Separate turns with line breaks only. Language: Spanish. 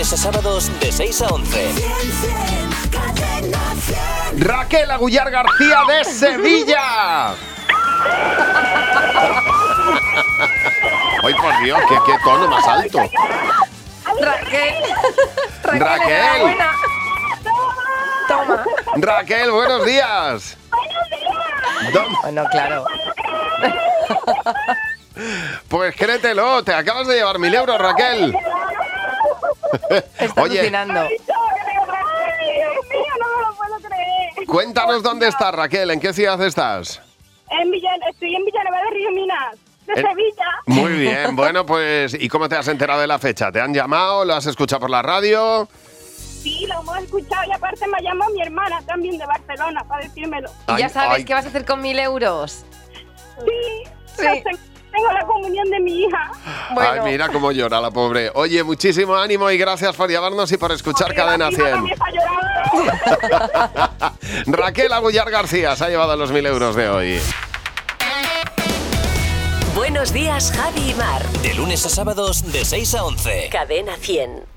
a sábados de 6 a 11.
Raquel Agullar García de Sevilla. Ay, por Dios, qué, qué tono más alto.
Raquel.
Raquel.
enhorabuena. Toma.
Raquel, buenos días. ¿Dónde-
Bueno, claro.
Pues créetelo, te acabas de llevar mil euros, Raquel.
Está
Oye.
alucinando.
Dios mío, no me lo puedo creer.
Cuéntanos dónde estás, Raquel, en qué ciudad estás.
En Villan- estoy en Villanueva de Río Minas, de
En-
Sevilla.
Muy bien, bueno, pues ¿y cómo te has enterado de la fecha? ¿Te han llamado? ¿Lo has escuchado por la radio?
Sí, lo hemos escuchado y aparte me ha llamado mi hermana también de Barcelona para decírmelo.
Y ya
Ay,
sabes
ay,
qué vas a hacer con mil euros.
Sí,
Sí.
yo te- tengo la comunión de mi hija.
Bueno,
Ay, mira cómo llora la pobre. Oye, muchísimo ánimo y gracias por llevarnos y por escuchar
Porque la
Cadena
prima
100.
también está llorando.
Raquel Agullar García se ha llevado los mil euros de hoy.
Buenos días, Javi y Mar.
De lunes a sábados de 6 a 11.
Cadena 100.